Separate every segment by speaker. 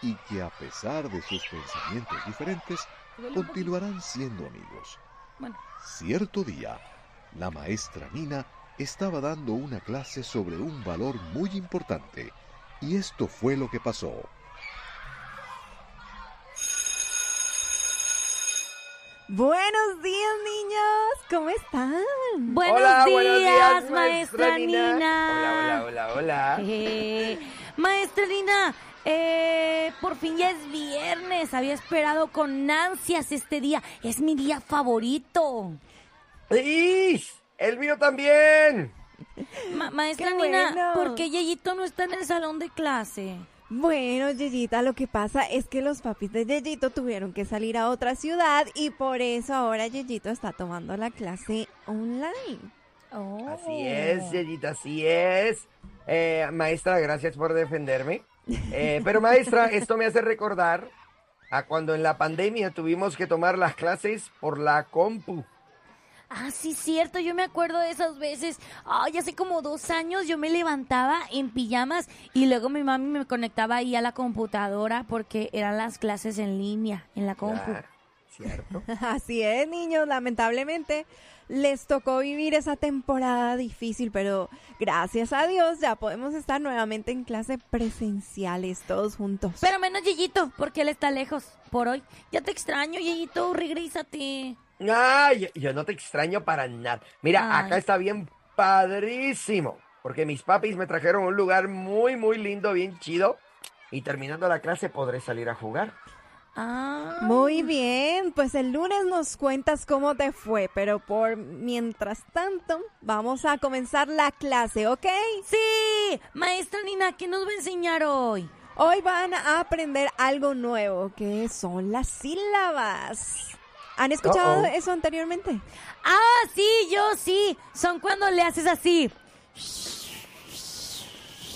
Speaker 1: y que a pesar de sus pensamientos diferentes, continuarán siendo amigos.
Speaker 2: Bueno.
Speaker 1: Cierto día, la maestra Nina estaba dando una clase sobre un valor muy importante y esto fue lo que pasó.
Speaker 3: Buenos días, niños. ¿Cómo están?
Speaker 2: Buenos,
Speaker 4: hola,
Speaker 2: días,
Speaker 4: buenos días,
Speaker 2: maestra, Nina.
Speaker 4: Hola, hola, hola, hola.
Speaker 2: Eh, maestra Nina, eh, por fin ya es viernes. Había esperado con ansias este día. Es mi día favorito.
Speaker 4: ¡Ish! ¡El mío también!
Speaker 2: Ma- maestra
Speaker 3: ¡Qué
Speaker 2: Nina,
Speaker 3: bueno!
Speaker 2: ¿por qué Yeyito no está en el salón de clase?
Speaker 3: Bueno, Yeyita, lo que pasa es que los papis de Yeyito tuvieron que salir a otra ciudad y por eso ahora Yeyito está tomando la clase online.
Speaker 4: Así
Speaker 2: Oh.
Speaker 4: es, Yeyita, así es. Eh, maestra, gracias por defenderme. Eh, pero maestra, esto me hace recordar a cuando en la pandemia tuvimos que tomar las clases por la compu.
Speaker 2: Ah, sí, cierto, yo me acuerdo de esas veces. Ay, hace como dos años yo me levantaba en pijamas y luego mi mami me conectaba ahí a la computadora porque eran las clases en línea, en la compu.
Speaker 4: Ah, ¿Cierto?
Speaker 3: Así es, niños, lamentablemente les tocó vivir esa temporada difícil, pero gracias a Dios ya podemos estar nuevamente en clase presenciales todos juntos.
Speaker 2: Pero menos Yeyito, porque él está lejos por hoy. Ya te extraño, Yeyito, regrésate.
Speaker 4: Ay, yo no te extraño para nada. Mira,
Speaker 2: Ay.
Speaker 4: acá está bien padrísimo, porque mis papis me trajeron a un lugar muy, muy lindo, bien chido, y terminando la clase podré salir a jugar.
Speaker 2: Ah.
Speaker 3: Muy bien, pues el lunes nos cuentas cómo te fue, pero por mientras tanto vamos a comenzar la clase, ¿ok?
Speaker 2: Sí, maestra Nina, ¿qué nos va a enseñar hoy?
Speaker 3: Hoy van a aprender algo nuevo, que son las sílabas. ¿Han escuchado
Speaker 4: Uh-oh.
Speaker 3: eso anteriormente?
Speaker 2: Ah, sí, yo sí. Son cuando le haces así.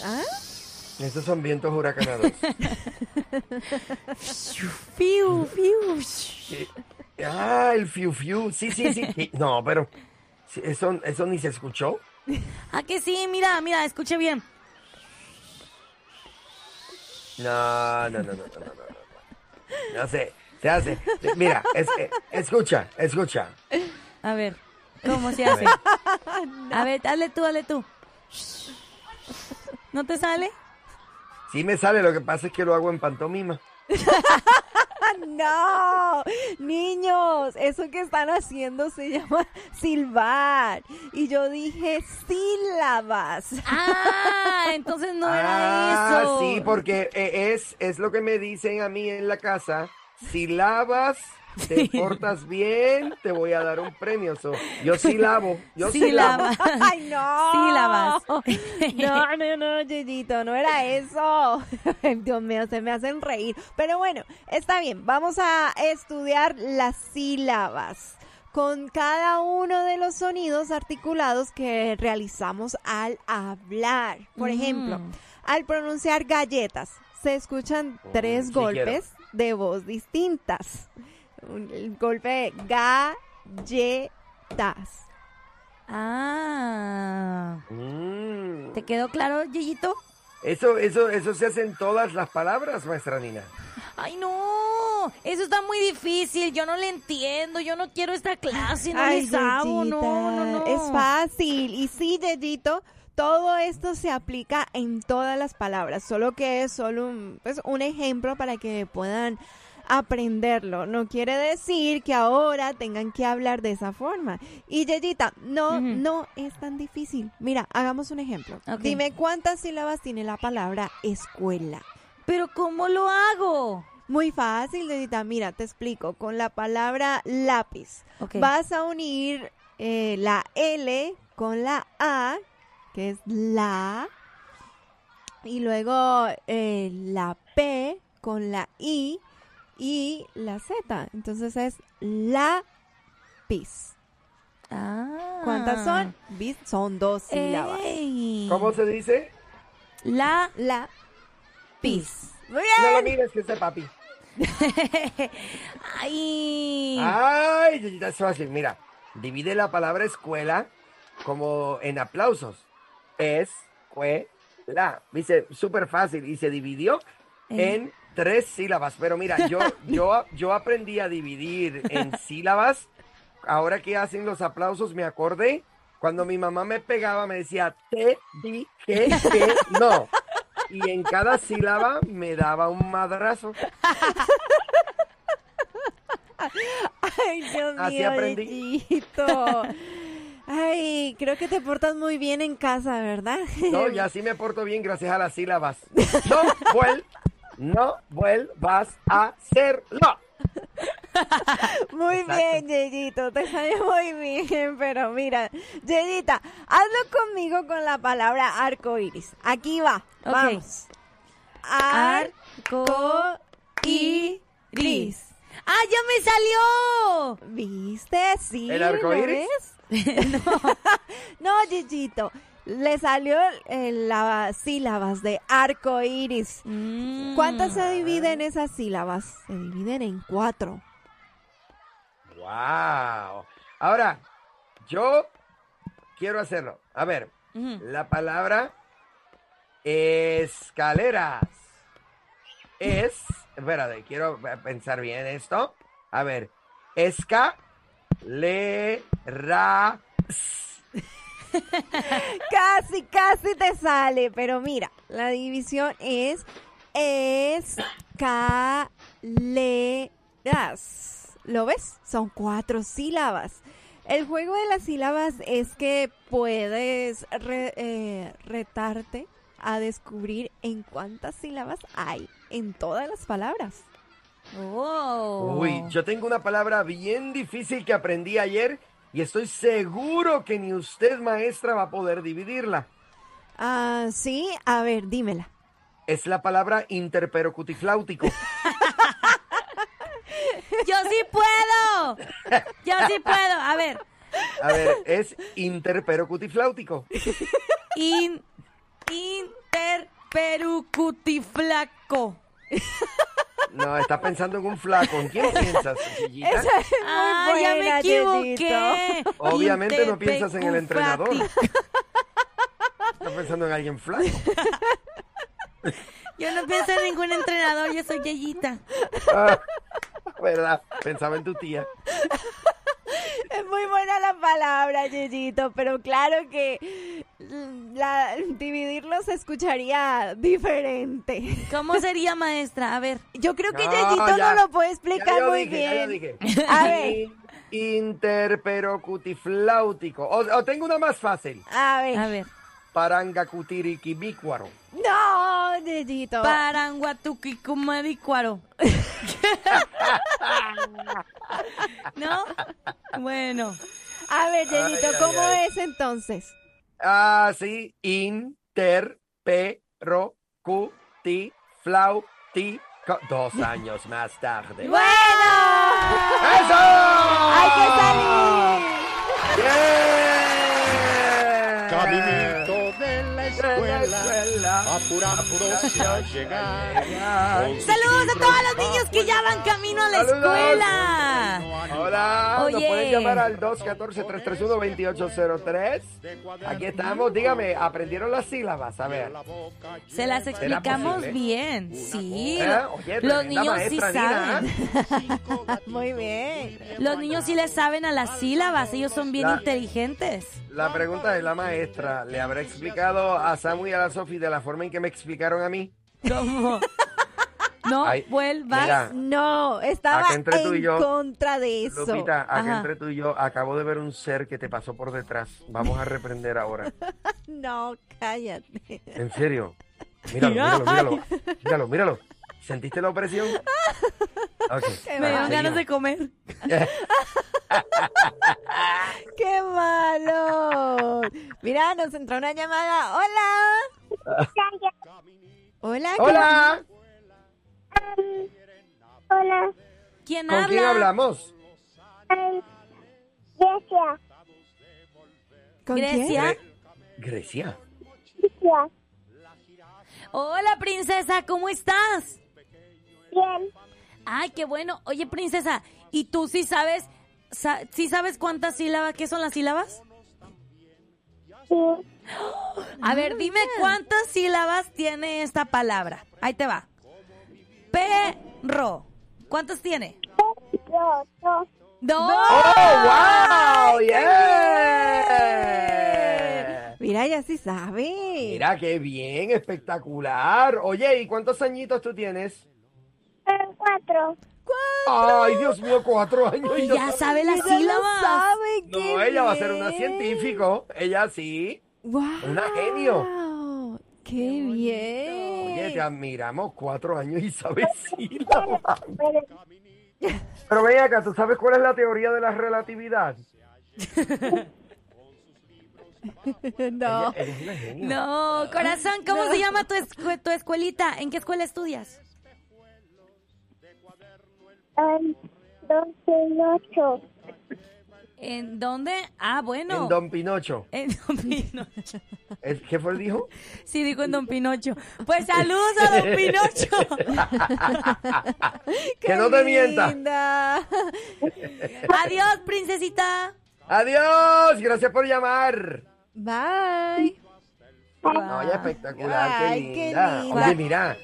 Speaker 3: ¿Ah?
Speaker 4: Estos son vientos huracanados.
Speaker 2: Fiu, fiu.
Speaker 4: Sí. ah, el fiu fiu. Sí, sí, sí. Y- No, pero sí, eso, eso ni se escuchó.
Speaker 2: Ah, que sí, mira, mira, escuche bien.
Speaker 4: No, no, no, no, no, no, no. No, no sé, se hace. Mira, es- eh, escucha, escucha.
Speaker 2: A ver, ¿cómo se hace? A ver, dale tú, dale tú. ¿No te sale?
Speaker 4: Sí me sale, lo que pasa es que lo hago en pantomima.
Speaker 3: Ah, ¡No! Niños, eso que están haciendo se llama silbar. Y yo dije sílabas.
Speaker 2: Ah, entonces no
Speaker 4: ah,
Speaker 2: era eso.
Speaker 4: sí, porque eh, es, es lo que me dicen a mí en la casa. Si lavas, te portas bien, te voy a dar un premio. So, yo sí lavo, yo sí,
Speaker 2: Sí
Speaker 4: lavo.
Speaker 2: lava.
Speaker 3: ¡Ay, no!
Speaker 2: Sílabas.
Speaker 3: No, no, no, Yeyito, no era eso. Dios mío, se me hacen reír. Pero bueno, está bien, vamos a estudiar las sílabas con cada uno de los sonidos articulados que realizamos al hablar. Por ejemplo,
Speaker 2: Mm.
Speaker 3: al pronunciar galletas, se escuchan
Speaker 4: Mm,
Speaker 3: tres
Speaker 4: sí
Speaker 3: golpes de voz distintas. Un- El golpe de galletas.
Speaker 2: Ah.
Speaker 4: Mm.
Speaker 2: ¿Te quedó claro, Yeyito?
Speaker 4: Eso, eso, eso se hace en todas las palabras, maestra Nina.
Speaker 2: Ay, no. Eso está muy difícil. Yo no le entiendo. Yo no quiero esta clase. No le sabo. No,
Speaker 3: Yeyita,
Speaker 2: no, no.
Speaker 3: Es fácil. Y sí, Yeyito, Todo esto se aplica en todas las palabras, solo que es solo un, pues, un ejemplo para que puedan aprenderlo. No quiere decir que ahora tengan que hablar de esa forma. Y Yeyita, no,
Speaker 2: Ujú.
Speaker 3: no es tan difícil. Mira, hagamos un ejemplo.
Speaker 2: Ok.
Speaker 3: Dime cuántas sílabas tiene la palabra escuela.
Speaker 2: Pero ¿cómo lo hago?
Speaker 3: Muy fácil, Yeyita. Mira, te explico. Con la palabra lápiz
Speaker 2: Ok.
Speaker 3: vas a unir eh, la L con la A, que es la, y luego eh, la P con la I y la Z. Entonces es la pis.
Speaker 2: Ah.
Speaker 3: ¿Cuántas son? Bis son dos sílabas.
Speaker 2: Ey.
Speaker 4: ¿Cómo se dice?
Speaker 2: La
Speaker 3: La pis. Muy
Speaker 4: No
Speaker 3: bien.
Speaker 4: lo mires, que es de papi.
Speaker 2: Ay.
Speaker 4: Ah, Ay, Yeyita, es fácil. Mira, divide la palabra escuela como en aplausos. Escuela. Dice, súper fácil. Y se dividió
Speaker 2: Eh.
Speaker 4: en tres sílabas. Pero mira, yo, yo, yo aprendí a dividir en sílabas. Ahora que hacen los aplausos, me acordé. Cuando mi mamá me pegaba, me decía, te dije que no. Y en cada sílaba me daba un madrazo.
Speaker 3: Ay, Dios
Speaker 4: Así
Speaker 3: mío,
Speaker 4: aprendí.
Speaker 3: Yeyito. Ay, creo que te portas muy bien en casa, ¿verdad?
Speaker 4: No, y así me porto bien gracias a las sílabas. No, vuel, no vuelvas a hacerlo.
Speaker 3: Muy
Speaker 4: Exacto.
Speaker 3: bien, Yeyito, te salió muy bien, pero mira, Yeyita, hazlo conmigo con la palabra arco iris. Aquí va,
Speaker 2: Ok.
Speaker 3: vamos.
Speaker 2: Arco
Speaker 3: iris.
Speaker 2: ¡Ah, ya me salió!
Speaker 3: ¿Viste? Sí.
Speaker 4: ¿El arco
Speaker 3: ¿lo
Speaker 4: iris?
Speaker 3: ves? no. Yeyito, le salió eh, las sílabas de arco iris.
Speaker 2: Mm.
Speaker 3: ¿Cuántas se dividen esas sílabas? Se dividen en cuatro.
Speaker 4: Wow. Ahora, yo quiero hacerlo. A ver,
Speaker 2: Ujú.
Speaker 4: la palabra escaleras es, espérate, quiero pensar bien esto. A ver, escaleras.
Speaker 3: Casi, casi te sale, pero mira, la división es escaleras. ¿Lo ves? Son cuatro sílabas. El juego de las sílabas es que puedes re- eh, retarte a descubrir en cuántas sílabas hay en todas las palabras.
Speaker 2: Oh.
Speaker 4: Uy, yo tengo una palabra bien difícil que aprendí ayer y estoy seguro que ni usted, maestra, va a poder dividirla.
Speaker 3: Ah, sí, a ver, dímela.
Speaker 4: Es la palabra interperocutifláutico.
Speaker 2: ¡Yo sí puedo! ¡Yo sí puedo! A ver.
Speaker 4: A ver, es interperocutifláutico.
Speaker 2: In, interperucutiflaco.
Speaker 4: No, está pensando en un flaco. ¿En quién piensas, Gigita?
Speaker 2: Ah, ya me
Speaker 3: buena,
Speaker 2: equivoqué.
Speaker 4: Obviamente no piensas en el entrenador.
Speaker 2: Interpecufati.
Speaker 4: Está pensando en alguien flaco.
Speaker 2: Yo no pienso en ningún entrenador, yo soy Yeyita.
Speaker 4: Ah, ¿Verdad? Pensaba en tu tía.
Speaker 3: Es muy buena la palabra, Yeyito, pero claro que mm, la, dividirlo se escucharía diferente.
Speaker 2: ¿Cómo sería maestra? A ver.
Speaker 3: Yo creo que
Speaker 4: No,
Speaker 3: Yeyito no
Speaker 4: ya.
Speaker 3: lo puede
Speaker 4: Ya
Speaker 3: explicar
Speaker 4: yo
Speaker 3: muy
Speaker 4: dije, ya yo
Speaker 3: bien.
Speaker 4: dije.
Speaker 3: A ver,
Speaker 4: Interperocutifláutico. O, o tengo una más fácil.
Speaker 3: a ver.
Speaker 2: A ver.
Speaker 4: Parangacutiriquibícuaro.
Speaker 3: No, Yeyito.
Speaker 2: Paranguatuquicumadicuaro. ¿No? Bueno.
Speaker 3: A ver, Yeyito,
Speaker 4: Ay, ay,
Speaker 3: ¿cómo
Speaker 4: ay.
Speaker 3: es entonces?
Speaker 4: Ah, sí. Interperocutifláutico. Dos años más tarde.
Speaker 3: ¡Bueno!
Speaker 4: ¡Eso!
Speaker 3: ¡Hay que salir!
Speaker 4: ¡Bien!
Speaker 5: Caminito de la escuela
Speaker 4: escuela,
Speaker 5: apurándose a llegar. con sus
Speaker 2: Saludos a
Speaker 5: libros
Speaker 2: todos los
Speaker 5: bajo
Speaker 2: niños que
Speaker 5: el
Speaker 2: ya van camino a la
Speaker 4: Saludos.
Speaker 2: escuela.
Speaker 4: Hola, nos
Speaker 2: Oye.
Speaker 4: pueden llamar al 214-331-2803. Aquí estamos, dígame, ¿aprendieron las sílabas? A ver.
Speaker 2: Se las explicamos
Speaker 4: posible?
Speaker 2: bien. Sí.
Speaker 4: ¿Eh? Oye,
Speaker 2: Los
Speaker 4: tremenda
Speaker 2: niños sí
Speaker 4: maestra, Nina,
Speaker 2: saben.
Speaker 3: Muy bien.
Speaker 2: Los niños sí le saben a las sílabas. Ellos son bien
Speaker 4: La-
Speaker 2: inteligentes.
Speaker 4: La pregunta de la maestra, ¿le habrá explicado a Samu y a la Sofi de la forma en que me explicaron a mí?
Speaker 2: ¿Cómo? No
Speaker 4: Ay,
Speaker 2: vuelvas.
Speaker 4: mira,
Speaker 3: No, estaba
Speaker 4: Acá entre tú y
Speaker 3: en
Speaker 4: yo,
Speaker 3: contra de eso.
Speaker 4: Lupita, acá
Speaker 2: Ajá.
Speaker 4: entre tú y yo, acabo de ver un ser que te pasó por detrás. Vamos a reprender ahora.
Speaker 3: No, cállate.
Speaker 4: En serio. Míralo, míralo, míralo. Míralo, míralo. ¿Sentiste la opresión? Ok,
Speaker 2: Me
Speaker 4: ajá,
Speaker 2: dieron ganas de
Speaker 4: seguimos.
Speaker 2: comer.
Speaker 3: ¡Qué malo! Mira, nos entró una llamada. ¡Hola! Hola.
Speaker 4: Hola,
Speaker 6: Hola,
Speaker 2: ¿Quién
Speaker 4: ¿con
Speaker 2: habla?
Speaker 4: quién hablamos?
Speaker 6: soy Grecia,
Speaker 3: ¿Con quién?
Speaker 2: Grecia.
Speaker 4: Grecia.
Speaker 6: Grecia,
Speaker 2: Hola, princesa, ¿cómo estás?
Speaker 6: bien,
Speaker 2: Ay, qué bueno. Oye, princesa, ¿y tú sí sabes, sa- sí sabes cuántas sílabas, qué son las sílabas?
Speaker 6: sí,
Speaker 2: A ver, dime cuántas sílabas tiene esta palabra. Ahí te va. Perro. ¿Cuántas tiene?
Speaker 6: yo, yo,
Speaker 2: Dos.
Speaker 4: ¡Oh, wow! ¡Yeah!
Speaker 3: Mira, ya sí sabe.
Speaker 4: Mira, qué bien, espectacular. Oye, ¿y cuántos añitos tú tienes?
Speaker 6: son cuatro,
Speaker 4: Ay, Dios mío, cuatro años.
Speaker 2: Y
Speaker 4: yo
Speaker 2: ya
Speaker 4: sab-
Speaker 2: sabe las
Speaker 3: Ella lo
Speaker 2: sílabas.
Speaker 3: sabe.
Speaker 4: No,
Speaker 3: qué
Speaker 4: ella va a ser una
Speaker 3: bien.
Speaker 4: científico. Ella sí.
Speaker 3: ¡Guau!
Speaker 4: Una
Speaker 3: ¡Qué bien!
Speaker 4: Oye, te admiramos cuatro años y sabes sílabas.
Speaker 6: bueno,
Speaker 4: Pero ven acá, ¿tú sabes cuál es la teoría de la relatividad?
Speaker 3: no.
Speaker 4: Ella- ella es una genio.
Speaker 2: No, corazón, ¿cómo se llama tu, escu- tu escuelita? ¿En qué escuela estudias?
Speaker 6: son dos y ocho,
Speaker 2: ¿En dónde? Ah, bueno.
Speaker 4: En Don Pinocho.
Speaker 2: En Don Pinocho.
Speaker 4: ¿Es- ¿Qué fue el dijo?
Speaker 2: Sí, dijo en Don Pinocho. Pues saludos a Don Pinocho.
Speaker 4: que no te mienta.
Speaker 3: linda!
Speaker 2: Adiós, princesita.
Speaker 4: Adiós, gracias por llamar.
Speaker 3: Bye.
Speaker 4: No, ella es espectacular,
Speaker 3: Ah. Ay,
Speaker 4: qué
Speaker 3: qué
Speaker 4: linda.
Speaker 3: linda.
Speaker 4: Oye, mira,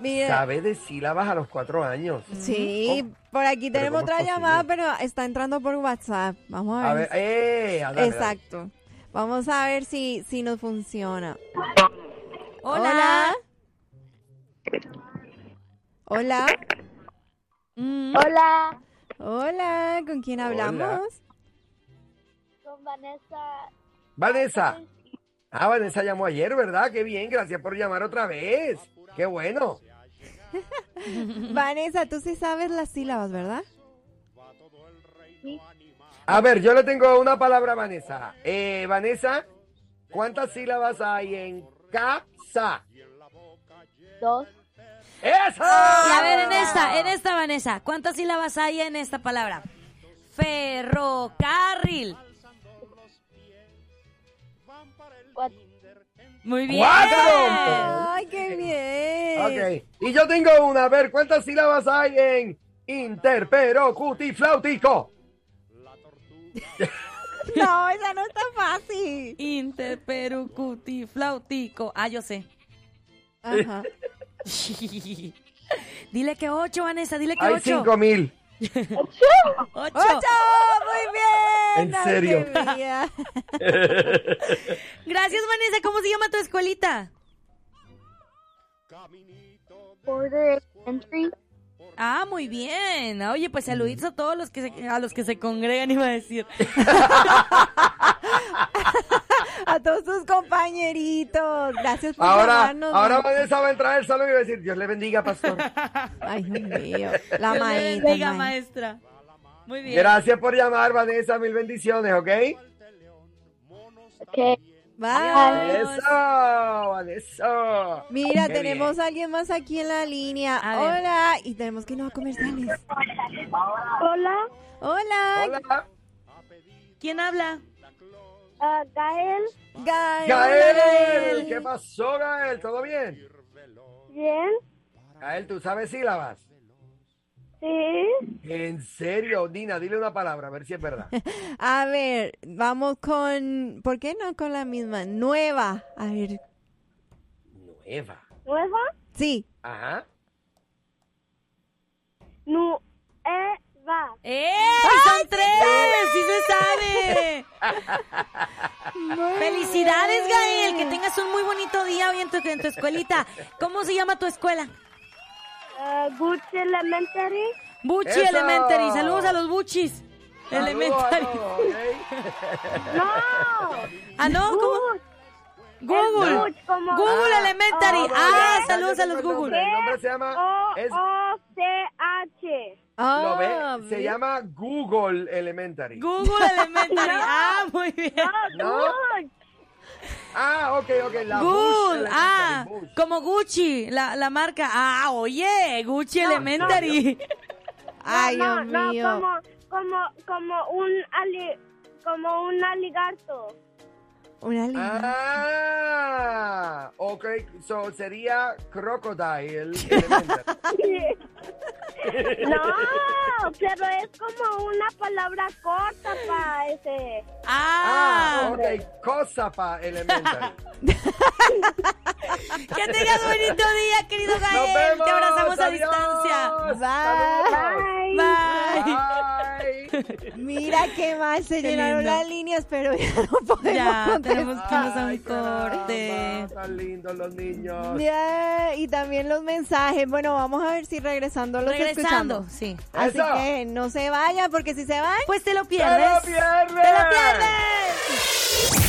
Speaker 3: Mira.
Speaker 4: sabe de sílabas a los cuatro años.
Speaker 3: Sí, por aquí
Speaker 4: Pero
Speaker 3: tenemos
Speaker 4: ¿cómo es
Speaker 3: otra
Speaker 4: posible?
Speaker 3: llamada, pero está entrando por WhatsApp. Vamos
Speaker 4: A ver, eh, a- dale, dale.
Speaker 3: Exacto. Vamos a ver si, si nos funciona.
Speaker 2: Hola.
Speaker 3: Hola.
Speaker 2: Mm,
Speaker 6: hola,
Speaker 3: Hola. ¿Con quién hablamos?
Speaker 6: con Vanessa,
Speaker 4: Vanessa. Ah, Vanessa llamó ayer, ¿verdad? Qué bien, gracias por llamar otra vez. Qué bueno.
Speaker 3: Vanessa, tú sí sabes las sílabas, ¿verdad?
Speaker 4: A ver, yo le tengo una palabra a Vanessa. Eh, Vanessa, ¿cuántas sílabas hay en casa?
Speaker 6: dos,
Speaker 2: y
Speaker 4: ¡Eso!
Speaker 2: a ver, en esta, en esta, Vanessa, eh. ¿cuántas sílabas hay en esta palabra? Ferrocarril.
Speaker 6: cuatro,
Speaker 2: Muy bien.
Speaker 4: ¡Cuatro!
Speaker 3: ¡Ay, qué bien!
Speaker 4: Ok, y yo tengo una. A ver, ¿cuántas sílabas hay en interpero cutiflautico?
Speaker 3: No, esa no está fácil.
Speaker 2: Interperucutiflautico. Ah, yo sé.
Speaker 3: Ajá.
Speaker 2: dile que ocho, Vanessa, dile que
Speaker 4: Hay
Speaker 2: ocho.
Speaker 4: cinco mil.
Speaker 2: Ocho.
Speaker 3: ¡Ocho! ¡Muy bien!
Speaker 4: ¿En
Speaker 3: Ay,
Speaker 4: serio?
Speaker 3: qué bien.
Speaker 2: Gracias, Vanessa. ¿Cómo se llama tu escuelita?
Speaker 6: border entry,
Speaker 2: Ah, muy bien. Oye, pues saluditos a todos los que se, a los que se congregan, iba a decir.
Speaker 3: A todos tus compañeritos. Gracias por
Speaker 4: Ahora,
Speaker 3: llamarnos.
Speaker 4: ahora Vanessa va a entrar al salón y va a decir, Dios le bendiga, pastor.
Speaker 3: Ay, Dios mío. La
Speaker 2: Dios le
Speaker 3: maestra.
Speaker 2: bendiga,
Speaker 3: la maestra.
Speaker 2: maestra. Muy bien.
Speaker 4: Gracias por llamar, Vanessa. Mil bendiciones, ¿ok?
Speaker 6: ok,
Speaker 3: Bye.
Speaker 4: Eso, Vanessa.
Speaker 3: Mira,
Speaker 4: Qué
Speaker 3: tenemos a alguien más aquí en la línea.
Speaker 2: A ver.
Speaker 3: Hola. Y tenemos que irnos a comerciales.
Speaker 6: hola,
Speaker 3: Hola.
Speaker 4: Hola.
Speaker 2: ¿Quién habla?
Speaker 6: Ah, Gael,
Speaker 3: Gael.
Speaker 4: Gael, ¿qué pasó, Gael? ¿Todo bien?
Speaker 6: bien,
Speaker 4: Gael, ¿tú sabes sílabas?
Speaker 6: sí,
Speaker 4: En serio, Dina, dile una palabra, a ver si es verdad.
Speaker 3: A ver, vamos con. ¿Por qué no con la misma? Nueva. A ver.
Speaker 4: Nueva.
Speaker 6: nueva,
Speaker 3: Sí.
Speaker 4: Ajá.
Speaker 6: nueva,
Speaker 2: ¡Eh! ¡Son tres! ¡Sí se sabe! ¡Felicidades, Gael! Que tengas un muy bonito día hoy en tu, en tu escuelita. ¿Cómo se llama tu escuela?
Speaker 6: Ah, Good Elementary,
Speaker 2: Buchi
Speaker 4: ¡Eso!
Speaker 2: Elementary. Saludos a los Buchis.
Speaker 4: Saludos a
Speaker 2: Elementary.
Speaker 4: todos, ¿ok?
Speaker 6: no,
Speaker 2: Ah, no, ¿cómo?
Speaker 6: Good,
Speaker 2: Google.
Speaker 6: Good, como
Speaker 2: Google
Speaker 4: Ah,
Speaker 2: Elementary.
Speaker 4: no, no,
Speaker 2: Ah,
Speaker 4: ya, ya
Speaker 2: saludos
Speaker 4: yo
Speaker 2: a los
Speaker 4: tengo el
Speaker 2: Google.
Speaker 4: nombre. El nombre se llama... es-
Speaker 6: O C H,
Speaker 4: lo ve,
Speaker 3: Ah,
Speaker 4: se llama Google Elementary.
Speaker 2: Google Elementary. Ah, muy bien.
Speaker 6: Oh,
Speaker 4: ¿No?
Speaker 6: Good,
Speaker 4: Ah, ok, ok. La Bush
Speaker 2: Google.
Speaker 4: Elementary,
Speaker 2: Ah,
Speaker 4: Bush.
Speaker 2: como Gucci, la, la marca. Ah, oye, Gucci Elementary.
Speaker 3: Ay,
Speaker 6: no,
Speaker 3: Dios
Speaker 6: no,
Speaker 3: mío.
Speaker 6: como, como, como un ali, como un aligarto,
Speaker 3: Una linda.
Speaker 4: Ah, ok. So sería Crocodile Elementary.
Speaker 6: no, pero es como una palabra corta para ese,
Speaker 2: Ah,
Speaker 4: Ah, ok. Cosapa Elementary.
Speaker 2: que tengas bonito día, querido
Speaker 4: Nos
Speaker 2: Gael.
Speaker 4: vemos.
Speaker 2: Te abrazamos a
Speaker 4: adiós.
Speaker 2: distancia.
Speaker 4: Saludos.
Speaker 6: bye.
Speaker 2: Bye.
Speaker 4: Bye.
Speaker 3: Mira qué mal se
Speaker 2: Qué
Speaker 3: llenaron
Speaker 2: lindo.
Speaker 3: las líneas, pero ya no podemos
Speaker 2: Ya,
Speaker 3: contestar.
Speaker 2: tenemos que irnos a un
Speaker 4: Ay,
Speaker 2: corte.
Speaker 4: caramba, Tan lindos los niños.
Speaker 3: Bien, y también los mensajes. Bueno, vamos a ver si regresando los
Speaker 2: Regresando,
Speaker 3: escuchamos.
Speaker 2: sí.
Speaker 3: Así
Speaker 4: Eso.
Speaker 3: que no se vayan, porque si se van,
Speaker 2: Pues te lo
Speaker 4: ¡Te lo
Speaker 2: pierdes.
Speaker 4: pierdes!
Speaker 2: ¡Te lo pierdes!